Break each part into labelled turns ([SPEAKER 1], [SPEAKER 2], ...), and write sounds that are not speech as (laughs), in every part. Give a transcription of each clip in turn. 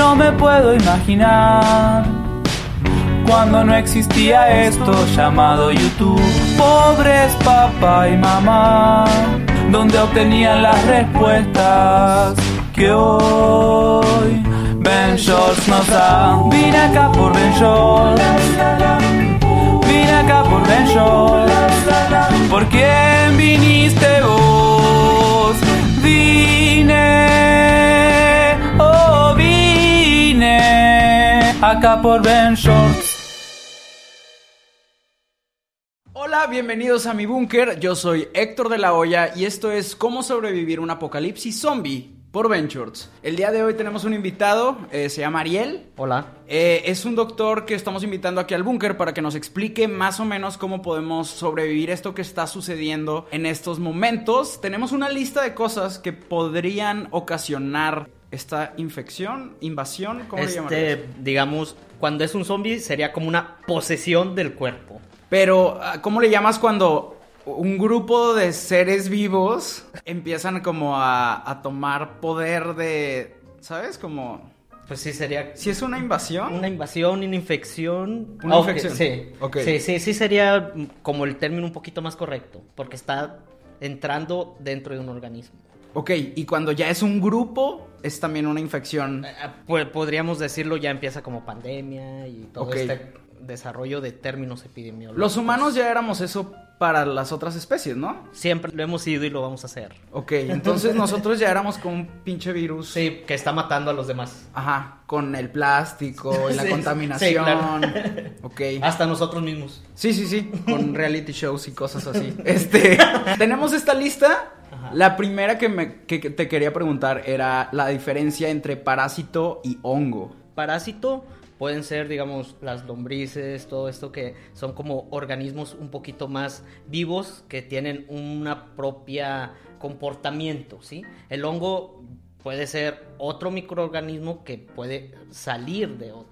[SPEAKER 1] No me puedo imaginar cuando no existía esto llamado YouTube. Pobres papá y mamá, donde obtenían las respuestas que hoy Ben Shorts nos da. Vine acá por Ben Shorts, vine acá por Ben Shorts. ¿Por quién viniste vos? Vine, oh vine, acá por Ben Shorts.
[SPEAKER 2] Hola, bienvenidos a mi búnker. Yo soy Héctor de la Hoya y esto es Cómo sobrevivir un apocalipsis zombie por Ventures. El día de hoy tenemos un invitado, eh, se llama Ariel.
[SPEAKER 3] Hola.
[SPEAKER 2] Eh, es un doctor que estamos invitando aquí al búnker para que nos explique más o menos cómo podemos sobrevivir esto que está sucediendo en estos momentos. Tenemos una lista de cosas que podrían ocasionar esta infección, invasión, ¿cómo le llamarías?
[SPEAKER 3] Este, digamos, cuando es un zombie sería como una posesión del cuerpo.
[SPEAKER 2] Pero, ah, ¿cómo le llamas cuando un grupo de seres vivos empiezan como a, a tomar poder de... ¿Sabes? Como...
[SPEAKER 3] Pues sí, sería
[SPEAKER 2] Si es una invasión...
[SPEAKER 3] una invasión, una infección.
[SPEAKER 2] Una
[SPEAKER 3] Ah, ok,
[SPEAKER 2] infección.
[SPEAKER 3] Sí.
[SPEAKER 2] Ok.
[SPEAKER 3] sí, sí, sí sería mm, como el término un poquito más correcto, porque está entrando dentro de un organismo.
[SPEAKER 2] Ok, y cuando ya es un grupo, es también una infección.
[SPEAKER 3] Eh, eh, po- Podríamos decirlo, ya empieza como pandemia y todo
[SPEAKER 2] Ok.
[SPEAKER 3] este desarrollo de términos epidemiológicos.
[SPEAKER 2] Los humanos ya éramos eso para las otras especies, ¿no?
[SPEAKER 3] Siempre lo hemos sido y lo vamos a hacer.
[SPEAKER 2] Ok,
[SPEAKER 3] (laughs)
[SPEAKER 2] entonces nosotros ya éramos con un pinche virus.
[SPEAKER 3] Sí, que está matando a los demás.
[SPEAKER 2] Ajá, con el plástico y la
[SPEAKER 3] (laughs) Sí, sí,
[SPEAKER 2] contaminación.
[SPEAKER 3] sí, claro.
[SPEAKER 2] Ok.
[SPEAKER 3] Hasta nosotros mismos.
[SPEAKER 2] Sí, sí, sí,
[SPEAKER 3] (laughs)
[SPEAKER 2] con reality shows y cosas así. Este, (laughs) tenemos esta lista. La primera que, me, que- que te quería preguntar era la diferencia entre parásito y hongo.
[SPEAKER 3] parásito pueden ser, digamos, las lombrices, todo esto que son como organismos un poquito más vivos que tienen una propia comportamiento, ¿sí? El hongo puede ser otro microorganismo que puede salir de otro.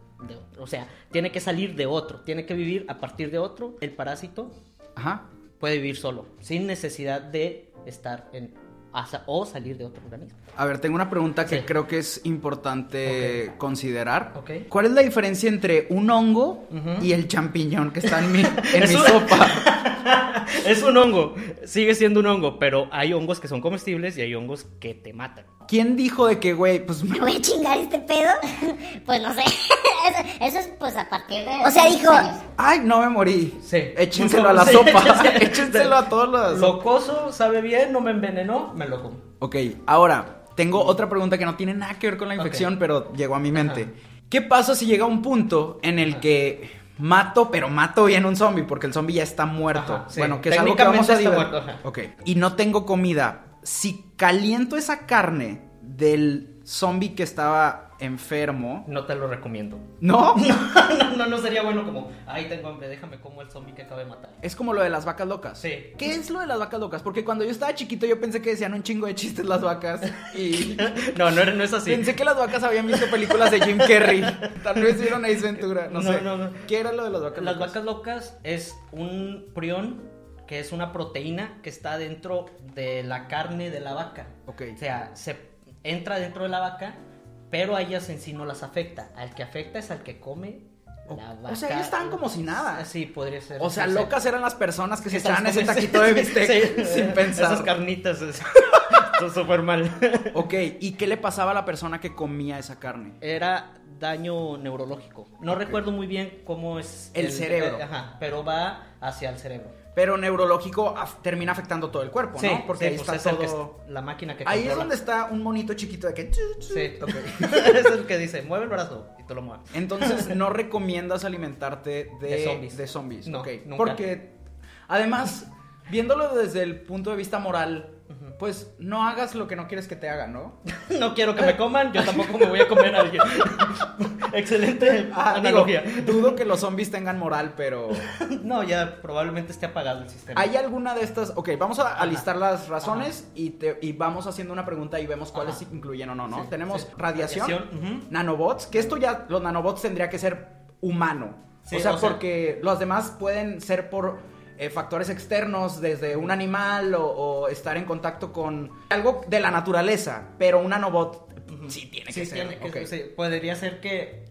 [SPEAKER 3] o sea, tiene que salir de otro, tiene que vivir a partir de otro. El parásito
[SPEAKER 2] Ajá.
[SPEAKER 3] puede vivir solo, sin necesidad de estar en asa- o salir de otro organismo.
[SPEAKER 2] A ver, tengo una pregunta que
[SPEAKER 3] Sí.
[SPEAKER 2] creo que es importante considerar.
[SPEAKER 3] Ok.
[SPEAKER 2] ¿Cuál es la diferencia entre un hongo y el champiñón que está en
[SPEAKER 3] (laughs)
[SPEAKER 2] mi, en mi
[SPEAKER 3] Es una- (laughs)
[SPEAKER 2] sopa?
[SPEAKER 3] Es un hongo, sigue siendo un hongo, pero hay hongos que son comestibles y hay hongos que te matan.
[SPEAKER 2] ¿Quién dijo de que, güey, pues
[SPEAKER 4] (laughs) me voy a chingar este pedo? (laughs) Pues no sé. (laughs) Eso, eso es pues a partir de. O sea, dijo.
[SPEAKER 2] Ay, no me morí.
[SPEAKER 3] (laughs) Sí.
[SPEAKER 2] Échenselo a la sopa. (laughs) Échenselo a todos los.
[SPEAKER 3] Locoso, sabe bien, no me envenenó, me lo como.
[SPEAKER 2] Ok, ahora, tengo otra pregunta que no tiene nada que ver con la infección,
[SPEAKER 3] Ok.
[SPEAKER 2] pero llegó a mi mente. ¿Qué pasa si llega un punto en el que mato, pero mato bien un zombie? Porque el zombie ya está muerto.
[SPEAKER 3] Ajá, sí.
[SPEAKER 2] Bueno, que es algo que vamos
[SPEAKER 3] Técnicamente
[SPEAKER 2] a
[SPEAKER 3] está
[SPEAKER 2] diver-
[SPEAKER 3] muerto, ajá.
[SPEAKER 2] Ok. Y no tengo comida. Si caliento esa carne del zombie que estaba enfermo.
[SPEAKER 3] No te lo recomiendo. (laughs)
[SPEAKER 2] ¿No?
[SPEAKER 3] no, no, no sería bueno como, ay, tengo hambre, déjame como el zombie que acabo de matar. (laughs)
[SPEAKER 2] Es como lo de las vacas locas.
[SPEAKER 3] Sí.
[SPEAKER 2] ¿Qué es lo de las vacas locas? Porque cuando yo estaba chiquito yo pensé que decían un chingo de chistes las vacas
[SPEAKER 3] (laughs)
[SPEAKER 2] y
[SPEAKER 3] No, no, no es así.
[SPEAKER 2] Pensé que las vacas habían visto películas de Jim
[SPEAKER 3] (laughs)
[SPEAKER 2] Carrey. Tal vez vieron Ace Ventura. No,
[SPEAKER 3] No,
[SPEAKER 2] sé.
[SPEAKER 3] no, no.
[SPEAKER 2] ¿Qué era lo de las vacas?
[SPEAKER 3] Las
[SPEAKER 2] locas?
[SPEAKER 3] vacas locas es un prión que es una proteína que está dentro de la carne de la vaca.
[SPEAKER 2] Ok.
[SPEAKER 3] O sea, se entra dentro de la vaca, pero a ellas en sí no las afecta. Al que afecta es al que come la
[SPEAKER 2] O-
[SPEAKER 3] vaca. Ah,
[SPEAKER 2] o sea, ellas estaban como si nada.
[SPEAKER 3] Sí, podría ser.
[SPEAKER 2] O sea,
[SPEAKER 3] no sé.
[SPEAKER 2] locas eran las personas que se
[SPEAKER 3] Esas
[SPEAKER 2] echaban ese
[SPEAKER 3] comidas-
[SPEAKER 2] taquito de bistec
[SPEAKER 3] (laughs) Sí,
[SPEAKER 2] sin
[SPEAKER 3] Esas
[SPEAKER 2] pensar. (laughs)
[SPEAKER 3] carnitas. es- Esto es súper mal.
[SPEAKER 2] Ok, ¿y qué le pasaba a la persona que comía esa carne?
[SPEAKER 3] Era daño neurológico. No recuerdo muy bien cómo es.
[SPEAKER 2] El cerebro.
[SPEAKER 3] eh, Ajá, pero va hacia el cerebro.
[SPEAKER 2] Pero neurológico af- termina afectando todo el cuerpo,
[SPEAKER 3] Sí,
[SPEAKER 2] ¿no? Porque
[SPEAKER 3] sí,
[SPEAKER 2] ahí está
[SPEAKER 3] pues es el que
[SPEAKER 2] todo.
[SPEAKER 3] es- la máquina que
[SPEAKER 2] Ahí es
[SPEAKER 3] controla.
[SPEAKER 2] donde está un monito chiquito de que. (laughs)
[SPEAKER 3] Sí,
[SPEAKER 2] Ok.
[SPEAKER 3] (laughs) es el que dice, mueve el brazo y tú lo mueves.
[SPEAKER 2] Entonces,
[SPEAKER 3] (laughs)
[SPEAKER 2] no recomiendas alimentarte de,
[SPEAKER 3] De zombies.
[SPEAKER 2] de zombies,
[SPEAKER 3] No,
[SPEAKER 2] ok.
[SPEAKER 3] nunca.
[SPEAKER 2] Porque, además, viéndolo desde el punto de vista moral, pues no hagas lo que no quieres que te hagan,
[SPEAKER 3] (laughs)
[SPEAKER 2] ¿no?
[SPEAKER 3] No quiero que me coman, yo tampoco me voy a comer a alguien. (laughs) Excelente
[SPEAKER 2] Ah, digo,
[SPEAKER 3] analogía.
[SPEAKER 2] dudo que los zombies tengan moral, pero
[SPEAKER 3] No, ya probablemente esté apagado el sistema.
[SPEAKER 2] ¿hay alguna de estas? Ok, vamos a alistar las razones y, te- y vamos haciendo una pregunta y vemos cuáles
[SPEAKER 3] Ajá.
[SPEAKER 2] incluyen o no, ¿no?
[SPEAKER 3] Sí,
[SPEAKER 2] Tenemos
[SPEAKER 3] sí.
[SPEAKER 2] radiación,
[SPEAKER 3] Radiación, ujú.
[SPEAKER 2] nanobots, que esto ya, los nanobots tendría que ser humano.
[SPEAKER 3] Sí,
[SPEAKER 2] o, sea,
[SPEAKER 3] o sea-
[SPEAKER 2] porque los demás pueden ser por eh, factores externos, desde un animal o, o estar en contacto con algo de la naturaleza, pero un nanobot sí tiene
[SPEAKER 3] Sí,
[SPEAKER 2] que ser.
[SPEAKER 3] tiene que-
[SPEAKER 2] ok.
[SPEAKER 3] sí, podría ser que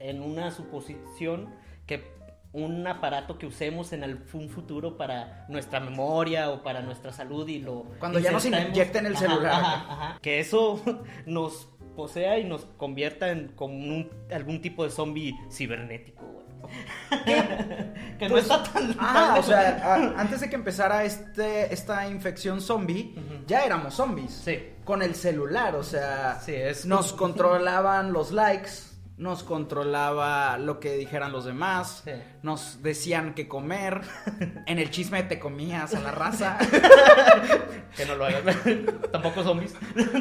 [SPEAKER 3] en una suposición que un aparato que usemos en algún futuro para nuestra memoria o para nuestra salud y lo
[SPEAKER 2] Cuando ya nos
[SPEAKER 3] insertemos-
[SPEAKER 2] inyecten el
[SPEAKER 3] Ajá,
[SPEAKER 2] celular.
[SPEAKER 3] ajá, ajá. que eso (laughs) nos posea y nos convierta en como un- algún tipo de zombie cibernético güey. (laughs) que no está tan
[SPEAKER 2] Ah,
[SPEAKER 3] tan-
[SPEAKER 2] o sea, a- antes de que empezara este, esta infección zombie, ya éramos zombies.
[SPEAKER 3] Sí.
[SPEAKER 2] Con el celular, o sea,
[SPEAKER 3] Sí, es-
[SPEAKER 2] nos controlaban los likes, nos controlaba lo que dijeran los demás,
[SPEAKER 3] Sí.
[SPEAKER 2] nos decían qué
[SPEAKER 3] (laughs)
[SPEAKER 2] comer, en el chisme te comías a la raza. ah.
[SPEAKER 3] que no lo hagan (laughs) tampoco zombies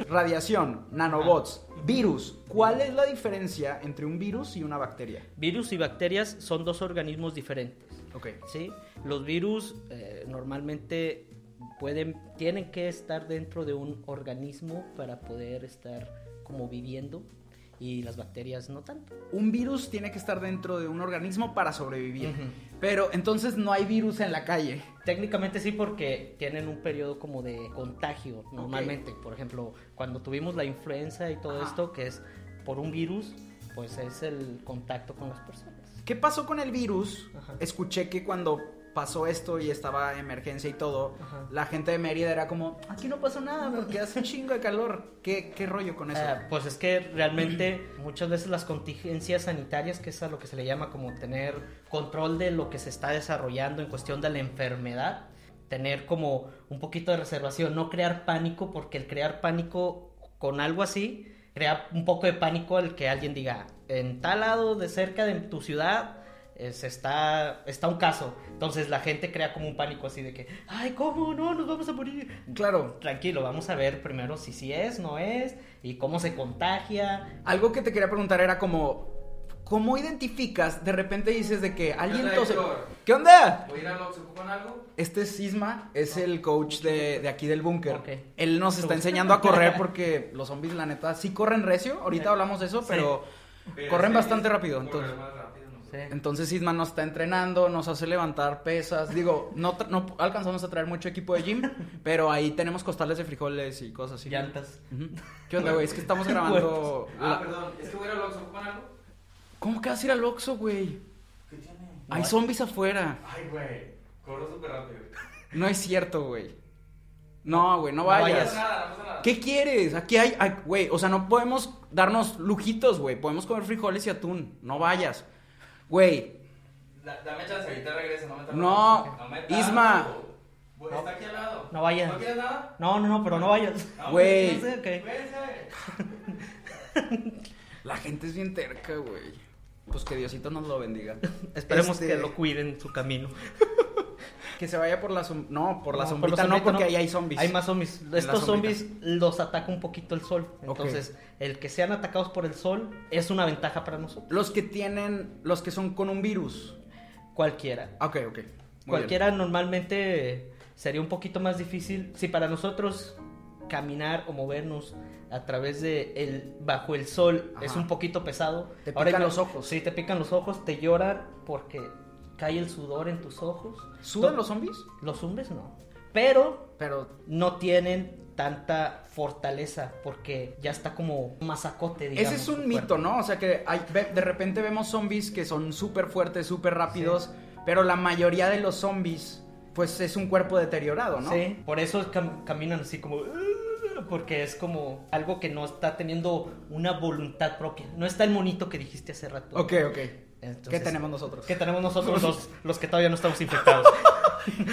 [SPEAKER 2] Radiación, nanobots,
[SPEAKER 3] Ah.
[SPEAKER 2] virus. ¿Cuál es la diferencia entre un virus y una bacteria?
[SPEAKER 3] virus y bacterias son dos organismos diferentes
[SPEAKER 2] Ok.
[SPEAKER 3] ¿sí? Los virus eh, normalmente pueden, tienen que estar dentro de un organismo para poder estar como viviendo y las bacterias no tanto.
[SPEAKER 2] un virus tiene que estar dentro de un organismo para sobrevivir. Pero entonces no hay virus en la calle.
[SPEAKER 3] Técnicamente sí porque tienen un periodo como de contagio normalmente. Por ejemplo, cuando tuvimos la influenza y todo
[SPEAKER 2] Ajá.
[SPEAKER 3] esto que es por un virus, pues es el contacto con las personas.
[SPEAKER 2] ¿Qué pasó con el virus?
[SPEAKER 3] Ajá.
[SPEAKER 2] Escuché que cuando pasó esto y estaba emergencia y todo,
[SPEAKER 3] Ajá.
[SPEAKER 2] la gente de Mérida era como, aquí no pasó nada porque hace un chingo de calor. ¿Qué, qué rollo con eso?
[SPEAKER 3] Ah, pues es que realmente (clears throat) muchas veces las contingencias sanitarias, que es a lo que se le llama como tener control de lo que se está desarrollando en cuestión de la enfermedad, tener como un poquito de reservación, no crear pánico, porque el crear pánico con algo así crea un poco de pánico al que alguien diga, en tal lado de cerca de tu ciudad eh, se está, está un caso. Entonces la gente crea como un pánico así de que, ay, ¿cómo? No, nos vamos a morir
[SPEAKER 2] claro.
[SPEAKER 3] tranquilo, vamos a ver primero si sí es, no es, y cómo se contagia.
[SPEAKER 2] Algo que te quería preguntar era como, ¿cómo identificas? De repente dices de que alguien
[SPEAKER 5] onda,
[SPEAKER 2] tose.
[SPEAKER 5] Héctor?
[SPEAKER 2] ¿Qué onda?
[SPEAKER 5] ¿Voy a ir al Oxxo, ¿ocupan algo? Ah.
[SPEAKER 2] Este es Isma, es el coach de, de aquí del búnker.
[SPEAKER 3] Ok.
[SPEAKER 2] Él nos está
[SPEAKER 3] Coach.
[SPEAKER 2] enseñando a correr porque los zombies, la neta, sí corren recio. Ahorita hablamos de eso, pero
[SPEAKER 5] Pero
[SPEAKER 2] corren
[SPEAKER 5] sí,
[SPEAKER 2] bastante
[SPEAKER 5] es-
[SPEAKER 2] rápido.
[SPEAKER 5] correr
[SPEAKER 2] Entonces,
[SPEAKER 5] más rápido, no sé.
[SPEAKER 2] entonces Isma nos está entrenando, nos hace levantar pesas. Digo, no, tra- no alcanzamos a traer mucho equipo de gym, (laughs) pero ahí tenemos costales de frijoles y cosas así.
[SPEAKER 3] Llantas.
[SPEAKER 2] Ujú. ¿Qué onda, güey? Es
[SPEAKER 5] (laughs)
[SPEAKER 2] que estamos grabando.
[SPEAKER 5] Ah,
[SPEAKER 2] la-
[SPEAKER 5] perdón, es que voy a ir al Oxxo, ¿ocupan algo?
[SPEAKER 2] ¿Cómo que vas a ir al Oxxo, güey? Hay zombies afuera.
[SPEAKER 5] Ay, güey, corro súper rápido.
[SPEAKER 2] No es cierto, güey. No, güey, no
[SPEAKER 5] No
[SPEAKER 2] vayas.
[SPEAKER 5] pasa nada, no pasa nada.
[SPEAKER 2] ¿Qué quieres? Aquí hay, ay, güey, o sea, no podemos darnos lujitos, güey. Podemos comer frijoles y atún. No vayas. Güey,
[SPEAKER 5] Da- dame chance, ahorita regreso, no me tardo.
[SPEAKER 2] No,
[SPEAKER 5] me tardo.
[SPEAKER 2] Isma.
[SPEAKER 5] Güey, Está aquí al lado.
[SPEAKER 3] No vayas.
[SPEAKER 5] ¿No quieres nada?
[SPEAKER 3] No, no, no, pero no vayas.
[SPEAKER 2] Güey.
[SPEAKER 3] No sé, ok.
[SPEAKER 5] Espérense.
[SPEAKER 2] la gente es bien terca, güey. Pues que Diosito nos lo bendiga.
[SPEAKER 3] (laughs) Esperemos
[SPEAKER 2] Este,
[SPEAKER 3] que lo cuiden su camino.
[SPEAKER 2] Que se vaya por la som- No, por la
[SPEAKER 3] No,
[SPEAKER 2] sombrita
[SPEAKER 3] por la
[SPEAKER 2] no, porque
[SPEAKER 3] sombrita
[SPEAKER 2] ahí hay zombies.
[SPEAKER 3] Hay más zombies.
[SPEAKER 2] la
[SPEAKER 3] Estos
[SPEAKER 2] sombrita.
[SPEAKER 3] zombies los ataca un poquito el sol.
[SPEAKER 2] Ok.
[SPEAKER 3] Entonces, el que sean atacados por el sol es una ventaja para nosotros.
[SPEAKER 2] Los que tienen. Los que son con un virus.
[SPEAKER 3] Cualquiera.
[SPEAKER 2] Ah, Ok, ok. Muy
[SPEAKER 3] Cualquiera normalmente sería un poquito más difícil si para nosotros caminar o movernos a través de el bajo el sol
[SPEAKER 2] Ajá.
[SPEAKER 3] es un poquito pesado.
[SPEAKER 2] Te
[SPEAKER 3] Ahora
[SPEAKER 2] pican
[SPEAKER 3] ima-
[SPEAKER 2] los ojos.
[SPEAKER 3] Sí, te pican los ojos, te lloran porque cae el sudor en tus ojos.
[SPEAKER 2] bien. ¿Sudan
[SPEAKER 3] To-
[SPEAKER 2] los zombies?
[SPEAKER 3] Los hombres no. Pero
[SPEAKER 2] Pero.
[SPEAKER 3] no tienen tanta fortaleza porque ya está como masacote, digamos.
[SPEAKER 2] Ese es un
[SPEAKER 3] su cuerpo.
[SPEAKER 2] mito, ¿no? O sea que hay- ve- de repente vemos zombies que son súper fuertes, súper rápidos, pero la mayoría de los zombies, pues es un cuerpo deteriorado, ¿no?
[SPEAKER 3] Sí, por eso cam- caminan así como... "Ugh", Porque es como algo que no está teniendo una voluntad propia. No está el monito que dijiste hace rato.
[SPEAKER 2] Ok, ok.
[SPEAKER 3] Entonces,
[SPEAKER 2] ¿Qué tenemos nosotros?
[SPEAKER 3] ¿Qué tenemos
[SPEAKER 2] (laughs)
[SPEAKER 3] nosotros los, los que todavía no estamos infectados?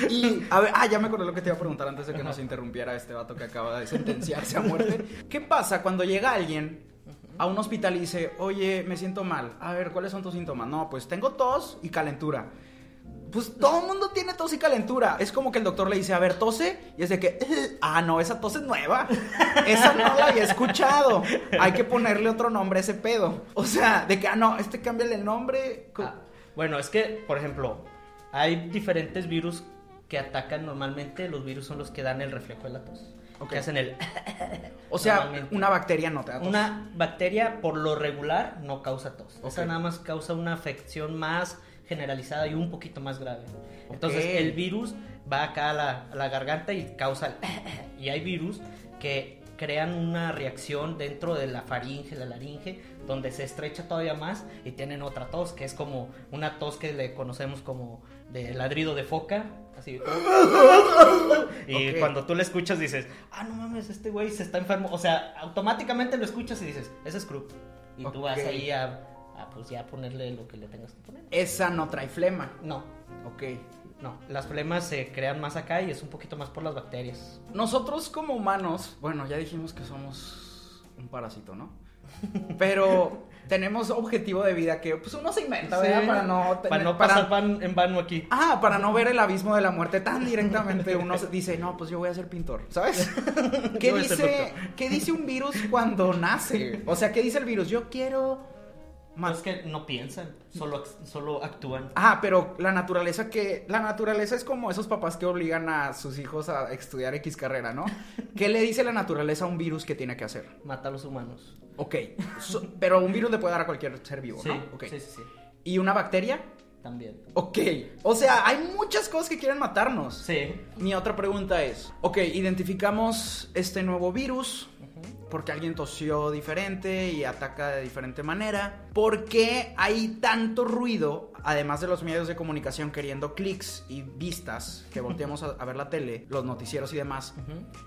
[SPEAKER 2] Y, a ver, ah, ya me acordé lo que te iba a preguntar antes de que nos interrumpiera este vato que acaba de sentenciarse a muerte. ¿Qué pasa cuando llega alguien a un hospital y dice, oye, me siento mal? A ver, ¿cuáles son tus síntomas? No, pues tengo tos y calentura. Pues todo el mundo tiene tos y calentura. Es como que el doctor le dice, a ver, tose. Y es de que, "Eh, ah, no, esa tos es nueva. Esa no la había escuchado. Hay que ponerle otro nombre a ese pedo. O sea, de que, ah, no, este cámbiale el nombre. Co-
[SPEAKER 3] Ah, bueno, es que, por ejemplo, hay diferentes virus que atacan normalmente. Los virus son los que dan el reflejo de la tos.
[SPEAKER 2] Ok.
[SPEAKER 3] Que hacen el.
[SPEAKER 2] O sea,
[SPEAKER 3] normalmente.
[SPEAKER 2] una bacteria no te da tos.
[SPEAKER 3] Una bacteria, por lo regular, no causa tos. Esa
[SPEAKER 2] Ok.
[SPEAKER 3] nada más causa una afección más generalizada y un poquito más grave. Entonces,
[SPEAKER 2] Ok.
[SPEAKER 3] el virus va acá a la, a la garganta y causa... el (laughs) y hay virus que crean una reacción dentro de la faringe, la laringe, donde se estrecha todavía más y tienen otra tos, que es como una tos que le conocemos como de ladrido de foca, así. Y
[SPEAKER 2] Ok.
[SPEAKER 3] cuando tú le escuchas dices, ah, no mames, este güey se está enfermo. O sea, automáticamente lo escuchas y dices, ese es Scrooge. Y tú vas
[SPEAKER 2] Ok.
[SPEAKER 3] ahí a, a, pues ya ponerle lo que le tengas que poner.
[SPEAKER 2] Esa no trae flema.
[SPEAKER 3] No,
[SPEAKER 2] Ok.
[SPEAKER 3] no, las flemas se crean más acá y es un poquito más por las bacterias.
[SPEAKER 2] Nosotros como humanos, bueno, ya dijimos que somos un parásito, ¿no? Pero tenemos objetivo de vida que pues uno se inventa, ¿verdad?
[SPEAKER 3] Sí.
[SPEAKER 2] Para no
[SPEAKER 3] Para
[SPEAKER 2] tener-
[SPEAKER 3] no
[SPEAKER 2] para-
[SPEAKER 3] pasar van- en vano aquí.
[SPEAKER 2] Ah, para no ver el abismo de la muerte tan directamente, uno se- dice, no, pues yo voy a ser pintor,
[SPEAKER 3] (laughs)
[SPEAKER 2] ¿sabes? ¿Qué,
[SPEAKER 3] Yo voy a ser
[SPEAKER 2] dice, ¿Qué dice un virus cuando nace? O sea, ¿qué dice el virus? Yo quiero...
[SPEAKER 3] Más que no piensan, solo, ac- solo actúan.
[SPEAKER 2] Ah, pero la naturaleza que... La naturaleza es como esos papás que obligan a sus hijos a estudiar X carrera, ¿no? ¿Qué le dice la naturaleza a un virus que tiene que hacer?
[SPEAKER 3] Mata a los humanos.
[SPEAKER 2] Ok, so- pero un virus le puede dar a cualquier ser vivo,
[SPEAKER 3] Sí,
[SPEAKER 2] ¿no? Ok.
[SPEAKER 3] sí, sí, sí,
[SPEAKER 2] ¿Y una bacteria?
[SPEAKER 3] También.
[SPEAKER 2] Ok. O sea, hay muchas cosas que quieren matarnos.
[SPEAKER 3] Sí.
[SPEAKER 2] Mi otra pregunta es, ok, identificamos este nuevo virus porque alguien tosió diferente y ataca de diferente manera. ¿Por qué hay tanto ruido, además de los medios de comunicación queriendo clics y vistas, que volteamos a, a ver la tele, los noticieros y demás?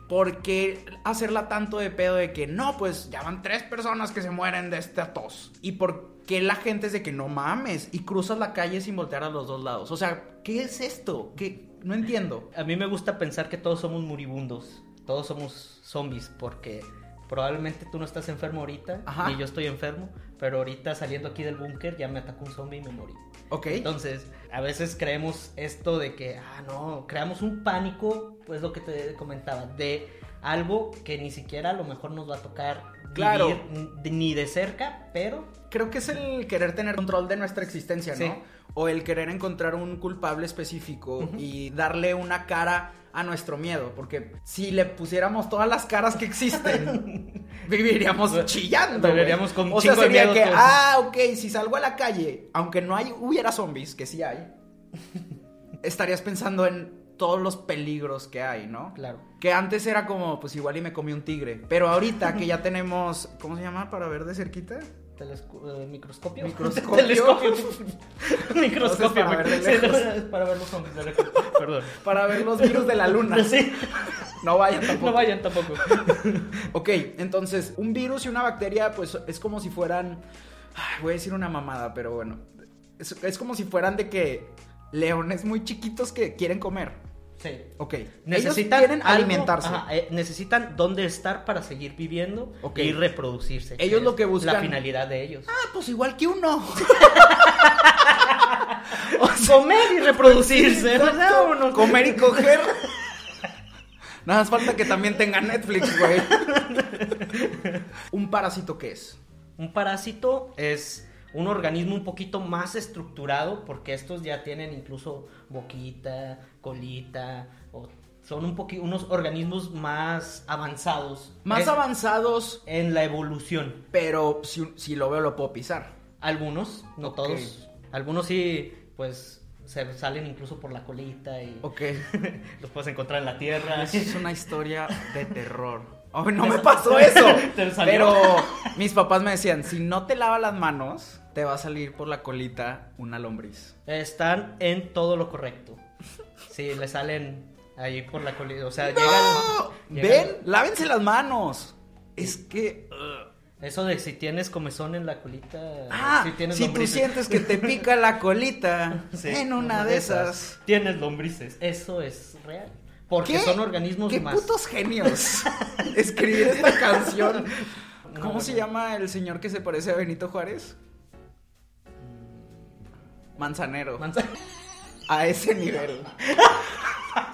[SPEAKER 2] ¿Por qué hacerla tanto de pedo de que no, pues ya van tres personas que se mueren de esta tos? ¿Y por qué la gente es de que no mames y cruzas la calle sin voltear a los dos lados? O sea, ¿qué es esto? ¿Qué? No entiendo.
[SPEAKER 3] A mí me gusta pensar que todos somos moribundos, todos somos zombies, porque probablemente tú no estás enfermo ahorita,
[SPEAKER 2] Ajá.
[SPEAKER 3] ni yo estoy enfermo, pero ahorita saliendo aquí del búnker ya me atacó un zombie y me morí.
[SPEAKER 2] Ok.
[SPEAKER 3] Entonces, a veces creemos esto de que, ah, no, creamos un pánico, pues lo que te comentaba, de algo que ni siquiera a lo mejor nos va a tocar
[SPEAKER 2] Claro.
[SPEAKER 3] vivir n- ni de cerca, pero
[SPEAKER 2] Creo que es el querer tener control de nuestra existencia, ¿no?
[SPEAKER 3] Sí.
[SPEAKER 2] O el querer encontrar un culpable específico y darle una cara a nuestro miedo, porque si le pusiéramos todas las caras que
[SPEAKER 3] (laughs)
[SPEAKER 2] existen, viviríamos chillando. güey.
[SPEAKER 3] Viviríamos con
[SPEAKER 2] O sea,
[SPEAKER 3] chingo de
[SPEAKER 2] sería
[SPEAKER 3] miedo
[SPEAKER 2] que,
[SPEAKER 3] todos.
[SPEAKER 2] ah, ok, si salgo a la calle, aunque no hay, hubiera zombies, que sí
[SPEAKER 3] (laughs)
[SPEAKER 2] hay, estarías pensando en todos los peligros que hay, ¿no?
[SPEAKER 3] Claro.
[SPEAKER 2] Que antes era como, pues igual y me comí un tigre, pero ahorita que ya tenemos, ¿cómo se llama? Para ver de cerquita.
[SPEAKER 3] Telesco- eh, microscopio. (laughs)
[SPEAKER 2] Microscopio. (laughs)
[SPEAKER 3] Telescopio.
[SPEAKER 2] Entonces,
[SPEAKER 3] microscopio.
[SPEAKER 2] para
[SPEAKER 3] güey.
[SPEAKER 2] ver de lejos.
[SPEAKER 3] Sí, para ver los zombies de lejos. Perdón.
[SPEAKER 2] Para ver los virus de la luna.
[SPEAKER 3] (laughs) Sí.
[SPEAKER 2] No vayan tampoco.
[SPEAKER 3] No vayan tampoco.
[SPEAKER 2] Ok, entonces, un virus y una bacteria, pues es como si fueran. Ay, voy a decir una mamada, pero bueno. Es, es como si fueran de que leones muy chiquitos que quieren comer.
[SPEAKER 3] Sí.
[SPEAKER 2] Ok.
[SPEAKER 3] Necesitan
[SPEAKER 2] Ellos quieren
[SPEAKER 3] algo-
[SPEAKER 2] alimentarse.
[SPEAKER 3] ajá, eh, necesitan dónde estar para seguir viviendo
[SPEAKER 2] Ok.
[SPEAKER 3] y reproducirse.
[SPEAKER 2] Ellos
[SPEAKER 3] es
[SPEAKER 2] lo que buscan-
[SPEAKER 3] La finalidad de ellos.
[SPEAKER 2] Ah, pues igual que uno.
[SPEAKER 3] (laughs) comer y (laughs) reproducirse. o sea, vámonos.
[SPEAKER 2] Comer y coger. Nada más falta que también tenga Netflix,
[SPEAKER 3] (laughs)
[SPEAKER 2] güey. ¿Un parásito qué es?
[SPEAKER 3] Un parásito es un organismo un poquito más estructurado porque estos ya tienen incluso boquita, colita, o son un poqui- unos organismos más avanzados.
[SPEAKER 2] Más
[SPEAKER 3] Es-
[SPEAKER 2] avanzados,
[SPEAKER 3] En la evolución.
[SPEAKER 2] pero si, si lo veo lo puedo pisar.
[SPEAKER 3] Algunos, no
[SPEAKER 2] Ok.
[SPEAKER 3] todos. Algunos sí, pues se salen incluso por la colita y
[SPEAKER 2] Ok.
[SPEAKER 3] (laughs) los puedes encontrar en la
[SPEAKER 2] (laughs)
[SPEAKER 3] tierra.
[SPEAKER 2] Es una historia de terror. Ay, no me pasó eso.
[SPEAKER 3] Te salió.
[SPEAKER 2] Pero mis papás me decían, si no te lavas las manos, te va a salir por la colita una lombriz.
[SPEAKER 3] Están en todo lo correcto. Sí, le salen ahí por la colita. O sea,
[SPEAKER 2] ¡No!
[SPEAKER 3] llegan- llegan-
[SPEAKER 2] ¿Ven? Lávense las manos. Es que...
[SPEAKER 3] Eso de si tienes comezón en la colita.
[SPEAKER 2] Ah,
[SPEAKER 3] si tienes
[SPEAKER 2] si tú
[SPEAKER 3] lombrices.
[SPEAKER 2] sientes que te pica la colita
[SPEAKER 3] (laughs) Sí,
[SPEAKER 2] en una de esas...
[SPEAKER 3] Tienes lombrices. Eso es real. Porque
[SPEAKER 2] ¿Qué?
[SPEAKER 3] son organismos
[SPEAKER 2] ¿Qué
[SPEAKER 3] más.
[SPEAKER 2] putos
[SPEAKER 3] (laughs)
[SPEAKER 2] genios escribir esta canción? ¿Cómo
[SPEAKER 3] No,
[SPEAKER 2] se
[SPEAKER 3] bueno.
[SPEAKER 2] llama el señor que se parece a Benito Juárez? Mm, Manzanero.
[SPEAKER 3] Manza-
[SPEAKER 2] a ese nivel.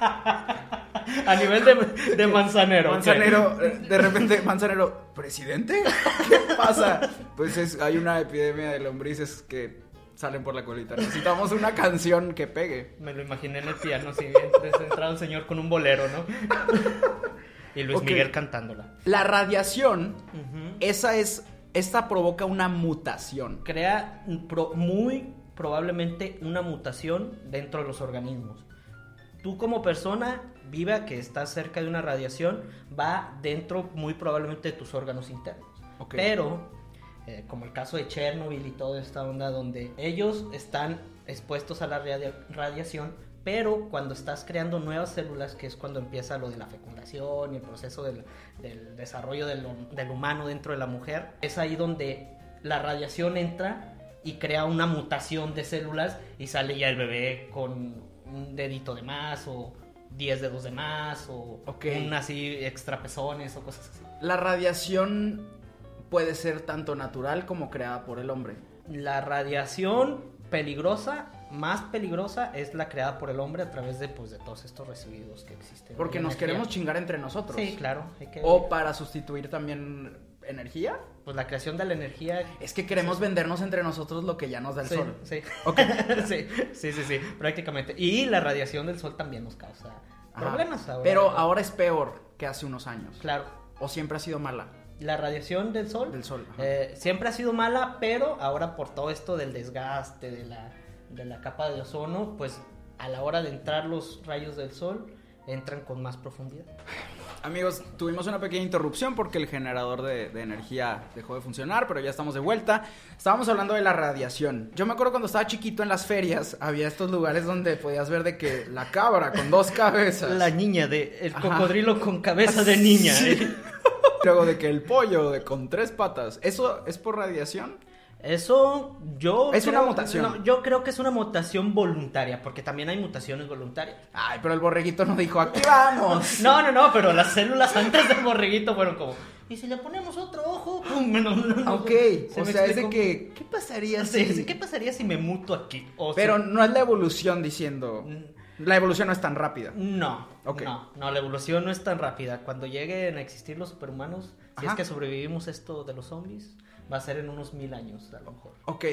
[SPEAKER 3] A nivel de,
[SPEAKER 2] (laughs)
[SPEAKER 3] de manzanero. ok.
[SPEAKER 2] Manzanero, eh, de repente, Manzanero, ¿presidente? ¿Qué pasa? Pues es- hay una epidemia de lombrices que salen por la colita. Necesitamos una canción que pegue.
[SPEAKER 3] Me lo imaginé en el piano, así bien descentrado el señor con un bolero, ¿no? Y Luis
[SPEAKER 2] Ok.
[SPEAKER 3] Miguel cantándola.
[SPEAKER 2] La radiación, esa es, esta provoca una mutación.
[SPEAKER 3] Crea pro- muy probablemente una mutación dentro de los organismos. Tú como persona viva que está cerca de una radiación va dentro muy probablemente de tus órganos internos.
[SPEAKER 2] Ok.
[SPEAKER 3] Pero, eh, como el caso de Chernobyl y toda esta onda donde ellos están expuestos a la radia- radiación, pero cuando estás creando nuevas células, que es cuando empieza lo de la fecundación y el proceso del, del desarrollo del, hum- del humano dentro de la mujer, es ahí donde la radiación entra y crea una mutación de células y sale ya el bebé con un dedito de más o 10 dedos de más o
[SPEAKER 2] Ok.
[SPEAKER 3] un así extra pezones o cosas así.
[SPEAKER 2] La radiación puede ser tanto natural como creada por el hombre.
[SPEAKER 3] La radiación peligrosa, más peligrosa, es la creada por el hombre a través de, pues, de todos estos residuos que existen.
[SPEAKER 2] Porque
[SPEAKER 3] La
[SPEAKER 2] nos
[SPEAKER 3] energía.
[SPEAKER 2] queremos chingar entre nosotros.
[SPEAKER 3] Sí, claro. hay que-
[SPEAKER 2] O para sustituir también energía.
[SPEAKER 3] Pues la creación de la energía.
[SPEAKER 2] Es que queremos vendernos entre nosotros lo que ya nos da el
[SPEAKER 3] Sí,
[SPEAKER 2] sol.
[SPEAKER 3] sí.
[SPEAKER 2] Ok.
[SPEAKER 3] (laughs) sí, sí, sí, sí, prácticamente. Y la radiación del sol también nos causa
[SPEAKER 2] Ajá.
[SPEAKER 3] problemas ahora.
[SPEAKER 2] Pero ahora es peor que hace unos años.
[SPEAKER 3] Claro.
[SPEAKER 2] O siempre ha sido mala.
[SPEAKER 3] La radiación del sol,
[SPEAKER 2] Del sol, ajá.
[SPEAKER 3] eh, siempre ha sido mala, pero ahora por todo esto del desgaste de la, de la capa de ozono, pues a la hora de entrar los rayos del sol, entran con más profundidad.
[SPEAKER 2] Amigos, tuvimos una pequeña interrupción porque el generador de, de energía dejó de funcionar, pero ya estamos de vuelta. Estábamos hablando de la radiación. Yo me acuerdo cuando estaba chiquito en las ferias, había estos lugares donde podías ver de que la cabra con dos cabezas.
[SPEAKER 3] La niña de el
[SPEAKER 2] Ajá. Ah,
[SPEAKER 3] cocodrilo con cabeza de niña.
[SPEAKER 2] Sí.
[SPEAKER 3] ¿eh?
[SPEAKER 2] Luego de que el pollo de con tres patas. ¿Eso es por radiación?
[SPEAKER 3] Eso yo
[SPEAKER 2] Es una mutación.
[SPEAKER 3] no, yo creo que es una mutación voluntaria, porque también hay mutaciones voluntarias.
[SPEAKER 2] Ay, pero el borreguito no dijo, aquí vamos.
[SPEAKER 3] No, no, no, pero las células antes del borreguito fueron como. Y si le ponemos otro ojo, pum, no, no, no.
[SPEAKER 2] Ok,
[SPEAKER 3] ¿Se
[SPEAKER 2] o
[SPEAKER 3] me
[SPEAKER 2] sea, es de
[SPEAKER 3] explicó?
[SPEAKER 2] que, ¿qué pasaría
[SPEAKER 3] Sí,
[SPEAKER 2] si...?
[SPEAKER 3] sí, ¿Qué pasaría si me muto aquí? O
[SPEAKER 2] Pero
[SPEAKER 3] si-
[SPEAKER 2] no es la evolución diciendo.
[SPEAKER 3] Mm.
[SPEAKER 2] La evolución no es tan rápida.
[SPEAKER 3] No,
[SPEAKER 2] Ok.
[SPEAKER 3] no, no, la evolución no es tan rápida. Cuando lleguen a existir los superhumanos, si es
[SPEAKER 2] Ajá.
[SPEAKER 3] que sobrevivimos esto de los zombies, va a ser en unos mil años, a lo mejor.
[SPEAKER 2] Ok.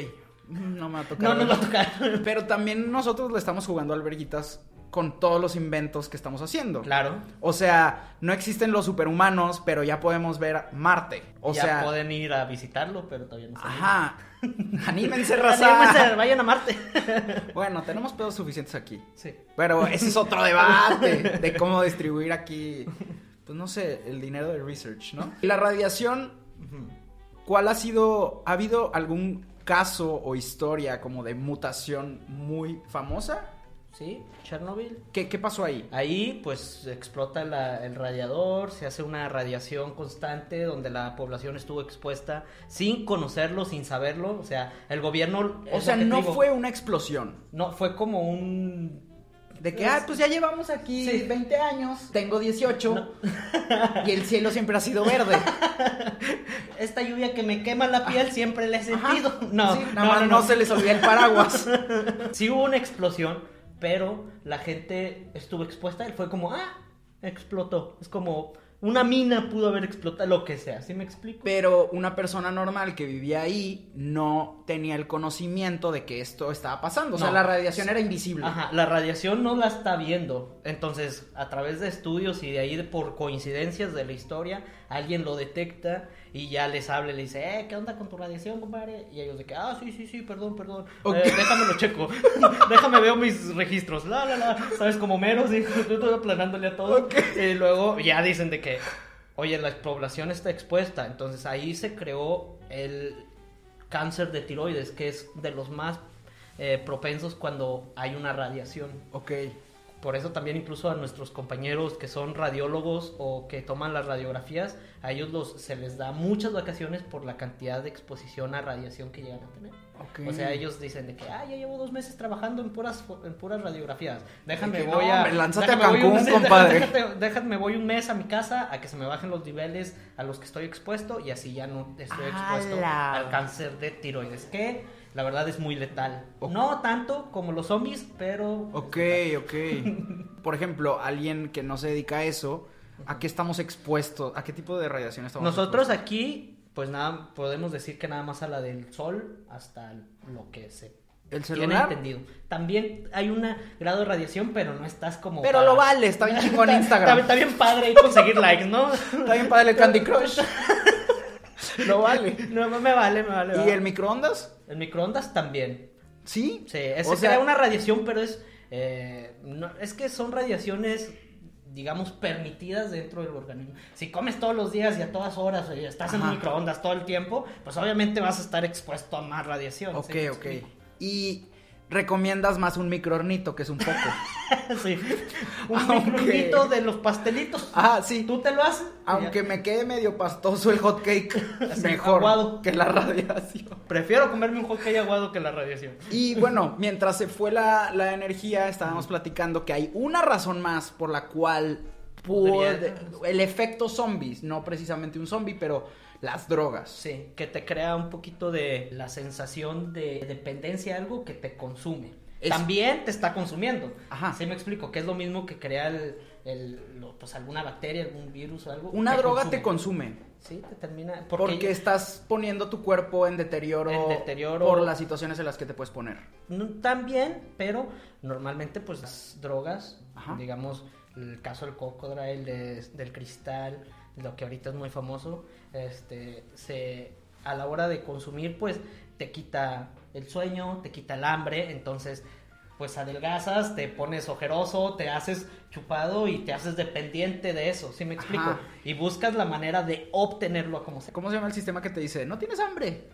[SPEAKER 2] No me va a tocar.
[SPEAKER 3] No, no va a
[SPEAKER 2] ¿verdad?
[SPEAKER 3] tocar.
[SPEAKER 2] Pero también nosotros le estamos jugando alberguitas con todos los inventos que estamos haciendo.
[SPEAKER 3] Claro.
[SPEAKER 2] O sea, no existen los superhumanos, pero ya podemos ver a Marte. O
[SPEAKER 3] ya
[SPEAKER 2] sea.
[SPEAKER 3] pueden ir a visitarlo, pero todavía no se
[SPEAKER 2] Ajá.
[SPEAKER 3] (laughs)
[SPEAKER 2] Anímense,
[SPEAKER 3] animan.
[SPEAKER 2] raza.
[SPEAKER 3] Anímense, vayan a Marte.
[SPEAKER 2] (laughs) Bueno, tenemos pedos suficientes aquí.
[SPEAKER 3] sí.
[SPEAKER 2] Pero ese es otro debate de cómo distribuir aquí, pues no sé, el dinero de research, ¿no? La radiación, ¿cuál ha sido, ha habido algún caso o historia como de mutación muy famosa?
[SPEAKER 3] Sí, Chernobyl.
[SPEAKER 2] ¿Qué, qué pasó ahí?
[SPEAKER 3] Ahí pues explota la- el radiador, se hace una radiación constante donde la población estuvo expuesta sin conocerlo, sin saberlo. O sea, el gobierno...
[SPEAKER 2] O
[SPEAKER 3] es
[SPEAKER 2] sea,
[SPEAKER 3] lo que te
[SPEAKER 2] no
[SPEAKER 3] digo,
[SPEAKER 2] fue una explosión.
[SPEAKER 3] No, fue como un...
[SPEAKER 2] De que, ah, pues ya llevamos aquí
[SPEAKER 3] Sí.
[SPEAKER 2] 20 años, tengo 18 y el cielo siempre ha sido verde.
[SPEAKER 3] Esta lluvia que me quema la piel siempre la he sentido.
[SPEAKER 2] Ah.
[SPEAKER 3] (laughs)
[SPEAKER 2] Ajá.
[SPEAKER 3] No,
[SPEAKER 2] Sí,
[SPEAKER 3] no,
[SPEAKER 2] nada más
[SPEAKER 3] no,
[SPEAKER 2] no,
[SPEAKER 3] no.
[SPEAKER 2] se les olvida el paraguas.
[SPEAKER 3] (laughs) Sí hubo una explosión, pero la gente estuvo expuesta y fue como, ah, explotó. Es como una mina pudo haber explotado, lo que sea. ¿Sí me explico?
[SPEAKER 2] Pero una persona normal que vivía ahí no tenía el conocimiento de que esto estaba pasando. O sea,
[SPEAKER 3] No.
[SPEAKER 2] la radiación era invisible.
[SPEAKER 3] Ajá, la radiación no la está viendo. Entonces, a través de estudios y de ahí de- por coincidencias de la historia, alguien lo detecta y ya les habla y le dice, eh, ¿qué onda con tu radiación, compadre? Y ellos de que, ah, sí, sí, sí, perdón, perdón.
[SPEAKER 2] Ok.
[SPEAKER 3] Eh, déjame lo checo. (laughs) déjame veo mis registros. La, la, la. ¿Sabes? Como menos, y (laughs) yo estoy aplanándole a todo.
[SPEAKER 2] Ok.
[SPEAKER 3] Y luego ya dicen de que, oye, la población está expuesta. Entonces, ahí se creó el cáncer de tiroides, que es de los más eh, propensos cuando hay una radiación.
[SPEAKER 2] Ok.
[SPEAKER 3] Por eso también incluso a nuestros compañeros que son radiólogos o que toman las radiografías, a ellos los, se les da muchas vacaciones por la cantidad de exposición a radiación que llegan a tener.
[SPEAKER 2] Ok.
[SPEAKER 3] O sea, ellos dicen de que, ah, ya llevo dos meses trabajando en puras, fo- en puras radiografías.
[SPEAKER 2] De
[SPEAKER 3] Déjame,
[SPEAKER 2] que,
[SPEAKER 3] voy
[SPEAKER 2] no,
[SPEAKER 3] a...
[SPEAKER 2] hombre, lánzate a
[SPEAKER 3] déjame voy un-
[SPEAKER 2] Cancún,
[SPEAKER 3] sí, (laughs)
[SPEAKER 2] compadre.
[SPEAKER 3] Déjame, déjame voy un mes a mi casa a que se me bajen los niveles a los que estoy expuesto y así ya no estoy
[SPEAKER 2] ¡Hala!
[SPEAKER 3] expuesto al cáncer de tiroides. Que la verdad es muy letal. No tanto como los zombies, pero...
[SPEAKER 2] Ok,
[SPEAKER 3] (laughs)
[SPEAKER 2] ok. Por ejemplo, alguien que no se dedica a eso, ¿a qué estamos expuestos? ¿A qué tipo de radiación estamos
[SPEAKER 3] Nosotros
[SPEAKER 2] expuestos?
[SPEAKER 3] aquí, pues nada, podemos decir que nada más a la del sol hasta lo que se
[SPEAKER 2] ¿El
[SPEAKER 3] tiene
[SPEAKER 2] celular?
[SPEAKER 3] entendido. También hay un grado de radiación, pero no estás como...
[SPEAKER 2] Pero lo vale, está bien chingón
[SPEAKER 3] (laughs) Está-
[SPEAKER 2] Instagram.
[SPEAKER 3] Está, está bien padre ahí conseguir likes, ¿no?
[SPEAKER 2] Está bien padre el
[SPEAKER 3] (laughs)
[SPEAKER 2] Candy Crush. (laughs) Lo vale.
[SPEAKER 3] No, me vale, me vale.
[SPEAKER 2] ¿Y
[SPEAKER 3] vale.
[SPEAKER 2] el microondas?
[SPEAKER 3] El microondas también.
[SPEAKER 2] Sí.
[SPEAKER 3] Sí, es
[SPEAKER 2] O sea-
[SPEAKER 3] una radiación, pero es. eh, no- es que son radiaciones, digamos, permitidas dentro del organismo. Si comes todos los días y a todas horas, y estás en
[SPEAKER 2] Ajá.
[SPEAKER 3] microondas todo el tiempo, pues obviamente vas a estar expuesto a más radiación.
[SPEAKER 2] Ok,
[SPEAKER 3] ¿sí me
[SPEAKER 2] ok.
[SPEAKER 3] explico?
[SPEAKER 2] Y recomiendas más un microornito, que es un poco.
[SPEAKER 3] (laughs) (laughs) sí. Un
[SPEAKER 2] Aunque-
[SPEAKER 3] microonito de los pastelitos.
[SPEAKER 2] Ah, sí.
[SPEAKER 3] Tú te lo haces.
[SPEAKER 2] Aunque me quede medio pastoso el hot cake,
[SPEAKER 3] (laughs) Así,
[SPEAKER 2] mejor
[SPEAKER 3] aguado.
[SPEAKER 2] que la radiación.
[SPEAKER 3] Prefiero comerme un hot cake aguado que la radiación.
[SPEAKER 2] Y bueno, mientras se fue la, la energía, estábamos platicando que hay una razón más por la cual
[SPEAKER 3] Podría-
[SPEAKER 2] puede- el efecto zombies, no precisamente un zombie, pero las drogas.
[SPEAKER 3] Sí, que te crea un poquito de la sensación de dependencia a algo que te consume.
[SPEAKER 2] Es-
[SPEAKER 3] También te está consumiendo.
[SPEAKER 2] Ajá.
[SPEAKER 3] Sí, me explico, que es lo mismo que crea el, el- lo- pues alguna bacteria, algún virus o algo.
[SPEAKER 2] Una droga te consume.
[SPEAKER 3] Sí, te termina.
[SPEAKER 2] Porque, estás poniendo tu cuerpo en deterioro,
[SPEAKER 3] En deterioro.
[SPEAKER 2] por las situaciones en las que te puedes poner.
[SPEAKER 3] No, también, pero normalmente pues las drogas,
[SPEAKER 2] Ajá.
[SPEAKER 3] digamos el caso del cocodrilo, de- del cristal, lo que ahorita es muy famoso, este, se, a la hora de consumir pues te quita el sueño, te quita el hambre, entonces pues adelgazas, te pones ojeroso, te haces chupado y te haces dependiente de eso, ¿sí me explico?
[SPEAKER 2] Ajá.
[SPEAKER 3] Y buscas la manera de obtenerlo a como sea.
[SPEAKER 2] ¿Cómo se llama el sistema que te dice, no tienes hambre?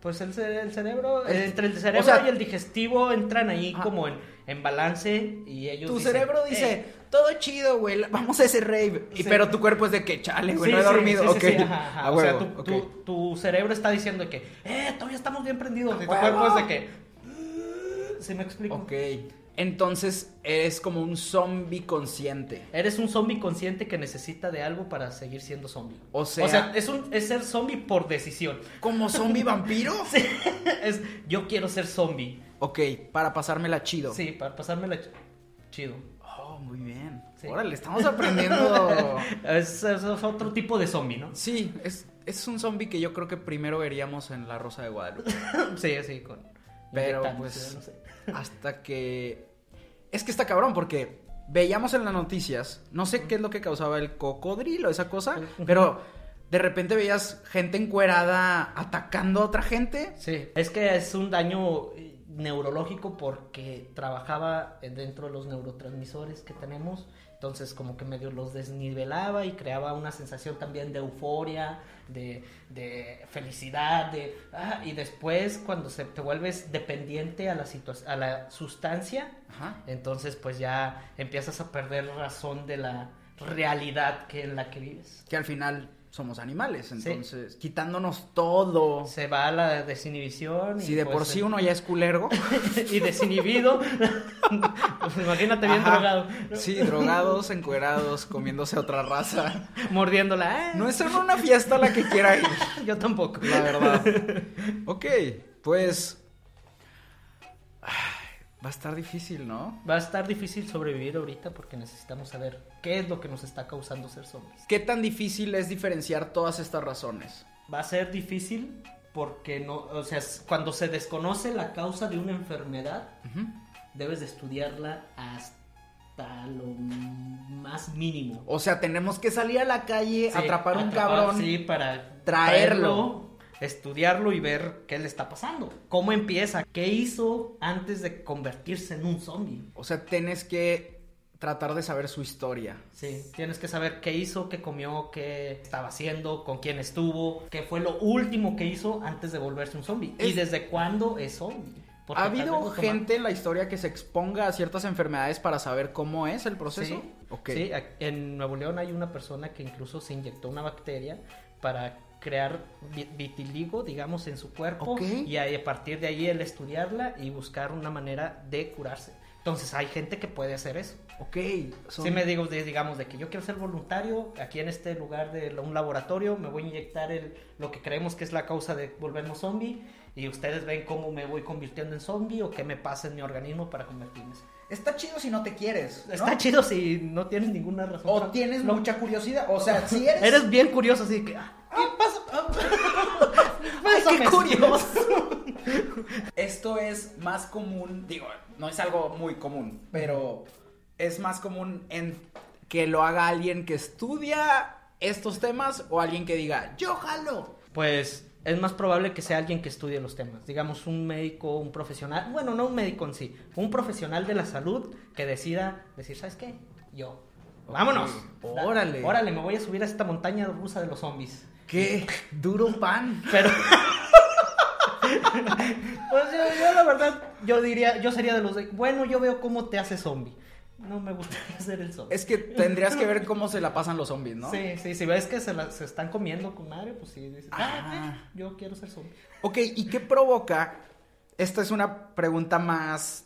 [SPEAKER 3] Pues el, cere- el cerebro,
[SPEAKER 2] El-
[SPEAKER 3] entre el cerebro
[SPEAKER 2] o sea-
[SPEAKER 3] y el digestivo entran ahí
[SPEAKER 2] Ajá.
[SPEAKER 3] como en, en balance y ellos
[SPEAKER 2] Tu
[SPEAKER 3] dicen,
[SPEAKER 2] cerebro
[SPEAKER 3] "Eh,
[SPEAKER 2] dice, todo chido, güey, la- vamos a ese rave. Y,
[SPEAKER 3] Sí.
[SPEAKER 2] Pero tu cuerpo es de que, chale, güey,
[SPEAKER 3] sí,
[SPEAKER 2] no he
[SPEAKER 3] sí,
[SPEAKER 2] dormido.
[SPEAKER 3] sí, sí,
[SPEAKER 2] ok.
[SPEAKER 3] sí, ajá, ajá".
[SPEAKER 2] A
[SPEAKER 3] O sea,
[SPEAKER 2] huevo,
[SPEAKER 3] tu,
[SPEAKER 2] ok.
[SPEAKER 3] tu- tu cerebro está diciendo que, eh, todavía estamos bien prendidos. Y tu
[SPEAKER 2] huevo!
[SPEAKER 3] cuerpo es de que, "Mm", ¿sí me explico?
[SPEAKER 2] Ok. Entonces eres como un zombie consciente.
[SPEAKER 3] Eres un zombie consciente que necesita de algo para seguir siendo zombie.
[SPEAKER 2] O sea-
[SPEAKER 3] es, un, es ser zombie por decisión. (laughs)
[SPEAKER 2] ¿Como zombie vampiro?
[SPEAKER 3] Sí, es, yo quiero ser zombie.
[SPEAKER 2] Ok, para pasármela chido.
[SPEAKER 3] Sí, para pasármela ch- chido.
[SPEAKER 2] Oh, muy bien.
[SPEAKER 3] Sí.
[SPEAKER 2] Órale, estamos
[SPEAKER 3] (laughs)
[SPEAKER 2] aprendiendo.
[SPEAKER 3] Es, es otro tipo de zombie, ¿no?
[SPEAKER 2] sí, es, es un zombie que yo creo que primero veríamos en La Rosa de Guadalupe.
[SPEAKER 3] Sí, sí, con.
[SPEAKER 2] Pero
[SPEAKER 3] inyectándose,
[SPEAKER 2] pues
[SPEAKER 3] no sé.
[SPEAKER 2] hasta que... Es que está cabrón porque veíamos en las noticias, no sé qué es lo que causaba el cocodrilo, esa cosa, pero de repente veías gente encuerada atacando a otra gente.
[SPEAKER 3] Sí. Es que es un daño eh, neurológico porque trabajaba eh, dentro de los neurotransmisores que tenemos. Entonces, como que medio los desnivelaba y creaba una sensación también de euforia, de, de felicidad, de. ah, y después, cuando se, te vuelves dependiente a la, situa- a la sustancia,
[SPEAKER 2] Ajá.
[SPEAKER 3] entonces, pues ya empiezas a perder razón de la realidad que en la que vives.
[SPEAKER 2] Que al final somos animales, entonces quitándonos todo.
[SPEAKER 3] se va a la desinhibición. y,
[SPEAKER 2] Si de
[SPEAKER 3] pues,
[SPEAKER 2] por sí uno ya es culergo.
[SPEAKER 3] (laughs) y desinhibido. (laughs) pues, imagínate bien
[SPEAKER 2] Ajá.
[SPEAKER 3] drogado.
[SPEAKER 2] Sí, drogados, encuerados, comiéndose a otra raza.
[SPEAKER 3] Mordiéndola. "Ah,
[SPEAKER 2] No es solo una fiesta a la que quiera ir.
[SPEAKER 3] (laughs) Yo tampoco.
[SPEAKER 2] La verdad. (laughs) Ok, pues. ay, Va a estar difícil, ¿no?
[SPEAKER 3] Va a estar difícil sobrevivir ahorita porque necesitamos saber qué es lo que nos está causando ser zombies.
[SPEAKER 2] ¿Qué tan difícil es diferenciar todas estas razones?
[SPEAKER 3] Va a ser difícil porque no, o sea, es- cuando se desconoce la causa de una enfermedad, debes de estudiarla hasta lo más mínimo.
[SPEAKER 2] O sea, tenemos que salir a la calle,
[SPEAKER 3] Sí,
[SPEAKER 2] atrapar un
[SPEAKER 3] atrapar,
[SPEAKER 2] cabrón.
[SPEAKER 3] Sí, para
[SPEAKER 2] traerlo,
[SPEAKER 3] estudiarlo y ver qué le está pasando. ¿Cómo empieza? ¿Qué hizo antes de convertirse en un zombie?
[SPEAKER 2] O sea, tienes que tratar de saber su historia.
[SPEAKER 3] Sí, tienes que saber qué hizo, qué comió, qué estaba haciendo, con quién estuvo, qué fue lo último que hizo antes de volverse un zombie. ¿Y
[SPEAKER 2] Es-
[SPEAKER 3] desde cuándo es zombie? Porque
[SPEAKER 2] ¿Ha
[SPEAKER 3] tal vez
[SPEAKER 2] habido
[SPEAKER 3] lo toma-
[SPEAKER 2] gente en la historia que se exponga a ciertas enfermedades para saber cómo es el proceso?
[SPEAKER 3] Sí,
[SPEAKER 2] Ok.
[SPEAKER 3] sí, a- en Nuevo León hay una persona que incluso se inyectó una bacteria para crear vi- vitiligo, digamos, en su cuerpo
[SPEAKER 2] Ok.
[SPEAKER 3] y a, a partir de ahí el estudiarla y buscar una manera de curarse. Entonces hay gente que puede hacer eso.
[SPEAKER 2] Ok. son-
[SPEAKER 3] Si me digo, de- digamos, de que yo quiero ser voluntario aquí en este lugar de la- un laboratorio, me voy a inyectar el, lo que creemos que es la causa de volvernos zombie y ustedes ven cómo me voy convirtiendo en zombie o qué me pasa en mi organismo para convertirme.
[SPEAKER 6] Está chido si no te quieres. ¿no?
[SPEAKER 3] Está chido si no tienes ninguna razón.
[SPEAKER 6] O
[SPEAKER 3] para-
[SPEAKER 6] tienes
[SPEAKER 3] no.
[SPEAKER 6] mucha curiosidad. O sea, si eres.
[SPEAKER 3] Eres bien curioso, así que... ah, ¿Qué pasa? Ay, qué curioso.
[SPEAKER 6] Esto es.
[SPEAKER 2] más común, digo, no es algo muy común, pero es más común en que lo haga alguien que estudia estos temas o alguien que diga, yo jalo.
[SPEAKER 3] Pues es más probable que sea alguien que estudie los temas. Digamos, un médico, un profesional. Bueno, no un médico en sí. Un profesional de la salud que decida decir, ¿sabes qué? Yo. Vámonos.
[SPEAKER 2] Órale.
[SPEAKER 3] Da- Órale, me voy a subir a esta montaña rusa de los zombies.
[SPEAKER 2] Qué duro pan.
[SPEAKER 3] Pero. (laughs) pues yo, yo la verdad, yo diría, yo sería de los de. Bueno, yo veo cómo te hace zombie. No me gustaría (laughs) ser el zombie.
[SPEAKER 2] Es que tendrías que ver cómo se la pasan los zombies, ¿no?
[SPEAKER 3] Sí, sí, si ves que se, la- se están comiendo con madre, pues sí, dices, ah,
[SPEAKER 2] Ah.
[SPEAKER 3] eh, yo quiero ser zombie.
[SPEAKER 2] Ok, ¿y qué provoca? Esta es una pregunta más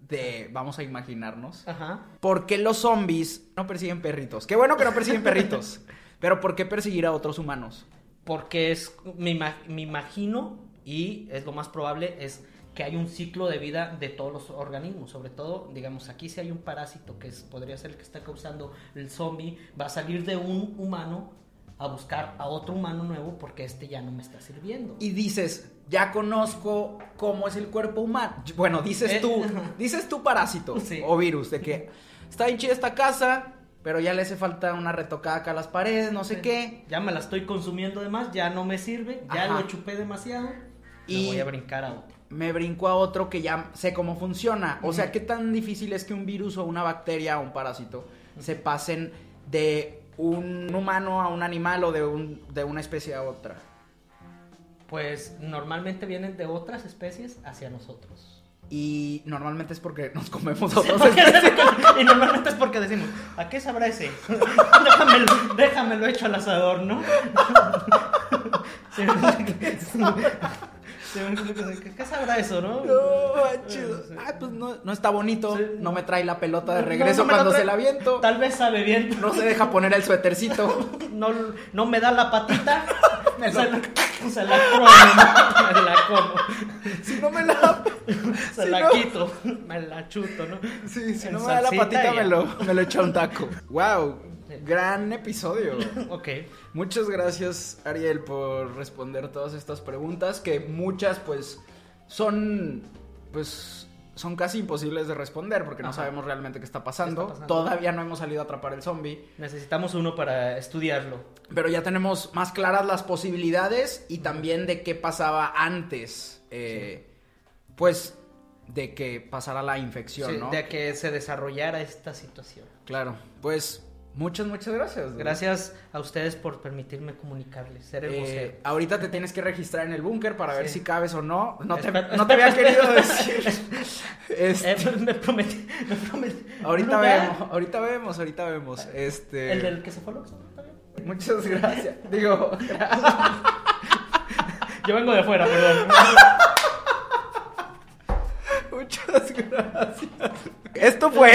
[SPEAKER 2] de, vamos a imaginarnos.
[SPEAKER 3] Ajá.
[SPEAKER 2] ¿Por qué los zombies no persiguen perritos? Qué bueno que no
[SPEAKER 3] (laughs)
[SPEAKER 2] persiguen perritos. Pero ¿por qué perseguir a otros humanos?
[SPEAKER 3] Porque es, me, ima- me imagino, y es lo más probable, es que hay un ciclo de vida de todos los organismos. Sobre todo, digamos, aquí si hay un parásito que es- podría ser el que está causando el zombie, va a salir de un humano a buscar a otro humano nuevo porque este ya no me está sirviendo.
[SPEAKER 2] y dices, ya conozco cómo es el cuerpo humano. Bueno, dices
[SPEAKER 3] Eh,
[SPEAKER 2] tú,
[SPEAKER 3] ajá.
[SPEAKER 2] dices tú parásito
[SPEAKER 3] Sí.
[SPEAKER 2] o virus, de que está bien chida esta casa, pero ya le hace falta una retocada acá a las paredes, no sé qué.
[SPEAKER 3] Ya me la estoy consumiendo de más, ya no me sirve, ya
[SPEAKER 2] Ajá.
[SPEAKER 3] lo chupé demasiado,
[SPEAKER 2] Y-
[SPEAKER 3] y voy a brincar a otro.
[SPEAKER 2] Me brinco a otro que ya sé cómo funciona. O sea, ¿qué tan difícil es que un virus o una bacteria o un parásito se pasen de un humano a un animal o de, un- de una especie a otra?
[SPEAKER 3] Pues normalmente vienen de otras especies hacia nosotros.
[SPEAKER 2] Y normalmente es porque nos
[SPEAKER 3] (laughs)
[SPEAKER 2] comemos a otros. (laughs)
[SPEAKER 3] y normalmente es porque decimos, ¿a qué sabrá ese? (laughs) déjamelo, déjamelo hecho al asador, ¿no? Sí, sí, ¿Qué qué sabrá eso, no?
[SPEAKER 2] No, manches. Ah, pues no, no está bonito.
[SPEAKER 3] Sí.
[SPEAKER 2] No me trae la pelota de
[SPEAKER 3] No,
[SPEAKER 2] regreso
[SPEAKER 3] no me lo
[SPEAKER 2] cuando
[SPEAKER 3] trae.
[SPEAKER 2] se la aviento.
[SPEAKER 3] Tal vez sabe bien.
[SPEAKER 2] No se deja poner el suétercito.
[SPEAKER 3] No, no me da la patita.
[SPEAKER 2] (laughs) Me lo-
[SPEAKER 3] Se la, se la como, me la como.
[SPEAKER 2] (laughs) si no me la.
[SPEAKER 3] Se
[SPEAKER 2] si
[SPEAKER 3] la
[SPEAKER 2] no-
[SPEAKER 3] quito. Me la chuto, ¿no?
[SPEAKER 2] Sí, si
[SPEAKER 3] En
[SPEAKER 2] no me da la
[SPEAKER 3] salsita
[SPEAKER 2] patita,
[SPEAKER 3] y
[SPEAKER 2] me
[SPEAKER 3] ya.
[SPEAKER 2] lo, me lo echa un taco. ¡Wow!
[SPEAKER 3] Sí.
[SPEAKER 2] Gran episodio.
[SPEAKER 3] Ok.
[SPEAKER 2] Muchas gracias, Ariel, por responder todas estas preguntas. Que muchas, pues, son. Pues. Son casi imposibles de responder porque no
[SPEAKER 3] Ajá.
[SPEAKER 2] sabemos realmente qué está pasando.
[SPEAKER 3] pasando?
[SPEAKER 2] Todavía no hemos salido a atrapar el zombie.
[SPEAKER 3] Necesitamos uno para estudiarlo.
[SPEAKER 2] Pero ya tenemos más claras las posibilidades y también de qué pasaba antes. eh, Pues de que pasara la infección,
[SPEAKER 3] Sí,
[SPEAKER 2] ¿no?
[SPEAKER 3] De que se desarrollara esta situación.
[SPEAKER 2] Claro. Pues muchas, muchas gracias. dude.
[SPEAKER 3] Gracias a ustedes por permitirme comunicarles, ser el vocero.
[SPEAKER 2] Eh, ahorita te tienes que registrar en el búnker para ver si
[SPEAKER 3] Sí.
[SPEAKER 2] cabes o no. No te,
[SPEAKER 3] Espera-
[SPEAKER 2] no te había
[SPEAKER 3] espera-
[SPEAKER 2] querido
[SPEAKER 3] espera-
[SPEAKER 2] decir. Este,
[SPEAKER 3] (laughs) Eh, me prometí, me prometí.
[SPEAKER 2] ahorita
[SPEAKER 3] ¿Un lugar?
[SPEAKER 2] vemos, ahorita vemos, ahorita vemos. Este.
[SPEAKER 3] El del que se fue al Oxxo, está bien.
[SPEAKER 2] Muchas gracias. Digo,
[SPEAKER 3] Yo vengo de
[SPEAKER 2] (laughs)
[SPEAKER 3] afuera, perdón.
[SPEAKER 2] Muchas gracias. Esto fue.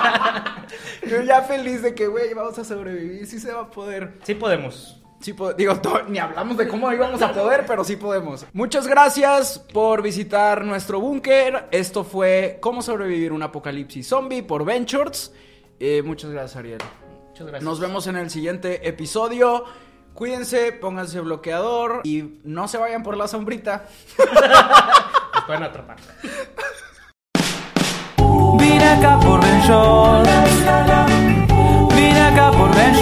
[SPEAKER 2] (laughs) Yo ya feliz de que, güey, vamos a sobrevivir, sí se va a poder.
[SPEAKER 3] Sí podemos.
[SPEAKER 2] Sí po- digo, to- ni hablamos de cómo íbamos a poder, pero sí podemos. Muchas gracias por visitar nuestro búnker. Esto fue Cómo sobrevivir un apocalipsis zombie por Ventures. Eh, muchas gracias, Ariel.
[SPEAKER 3] Muchas gracias.
[SPEAKER 2] Nos vemos en el siguiente episodio. Cuídense, pónganse bloqueador y no se vayan por la sombrita.
[SPEAKER 3] Nos pueden atrapar.
[SPEAKER 1] Vine acá por Ben Short. Vine acá por Ben